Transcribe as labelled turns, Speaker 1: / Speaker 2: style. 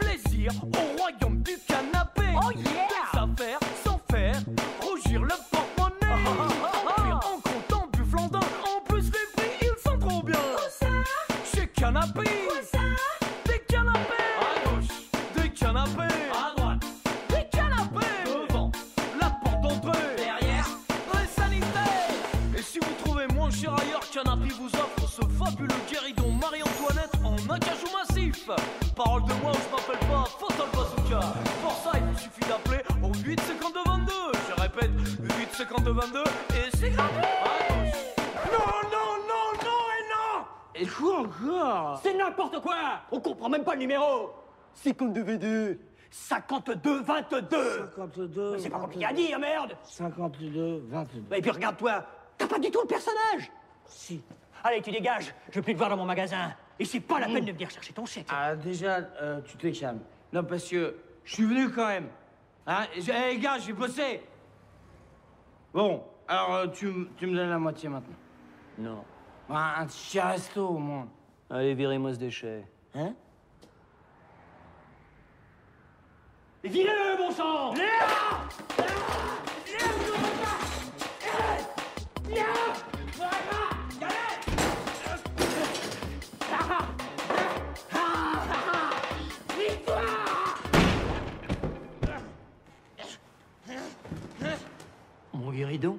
Speaker 1: réagir au royaume du canapé.
Speaker 2: Oh yeah
Speaker 1: Des affaires sans faire rougir le porte-monnaie. Mais en comptant du flandin, en plus les prix ils sont trop bien. Chez Canapé. Des canapés. À gauche. Des canapés. À droite. Des canapés. Devant. La porte d'entrée. Derrière. Les sanitaires. Et si vous trouvez moins cher ailleurs, Canapé vous offre ce fabuleux guéridon Marie-Antoinette en acajou massif. Parole de moi, je m'appelle pas Fatal Bazooka. Pour ça, il vous suffit d'appeler au 8 52 22. Je répète, 8 52 22 et c'est gratuit. À gauche.
Speaker 3: Non, non, non, non et non
Speaker 4: Et quoi encore
Speaker 3: C'est n'importe quoi On comprend même pas le numéro 52 22 52 22
Speaker 4: 52.
Speaker 3: Mais C'est pas compliqué à dire, merde
Speaker 4: 52, 22.
Speaker 3: Et puis regarde-toi T'as pas du tout le personnage
Speaker 4: Si.
Speaker 3: Allez, tu dégages Je veux plus te voir dans mon magasin Et c'est pas la peine de venir chercher ton chèque
Speaker 4: Ah, déjà, euh, tu te calmes. Non, parce que je suis venu quand même. Hein et je- Eh, les gars, j'ai bossé. Bon, alors euh, tu, m- tu me donnes la moitié maintenant.
Speaker 2: Non.
Speaker 4: Ah, un petit resto au moins.
Speaker 2: Allez, virez-moi ce déchet.
Speaker 4: Hein
Speaker 3: Mais Vire-le, bon sang
Speaker 2: Mon guéridon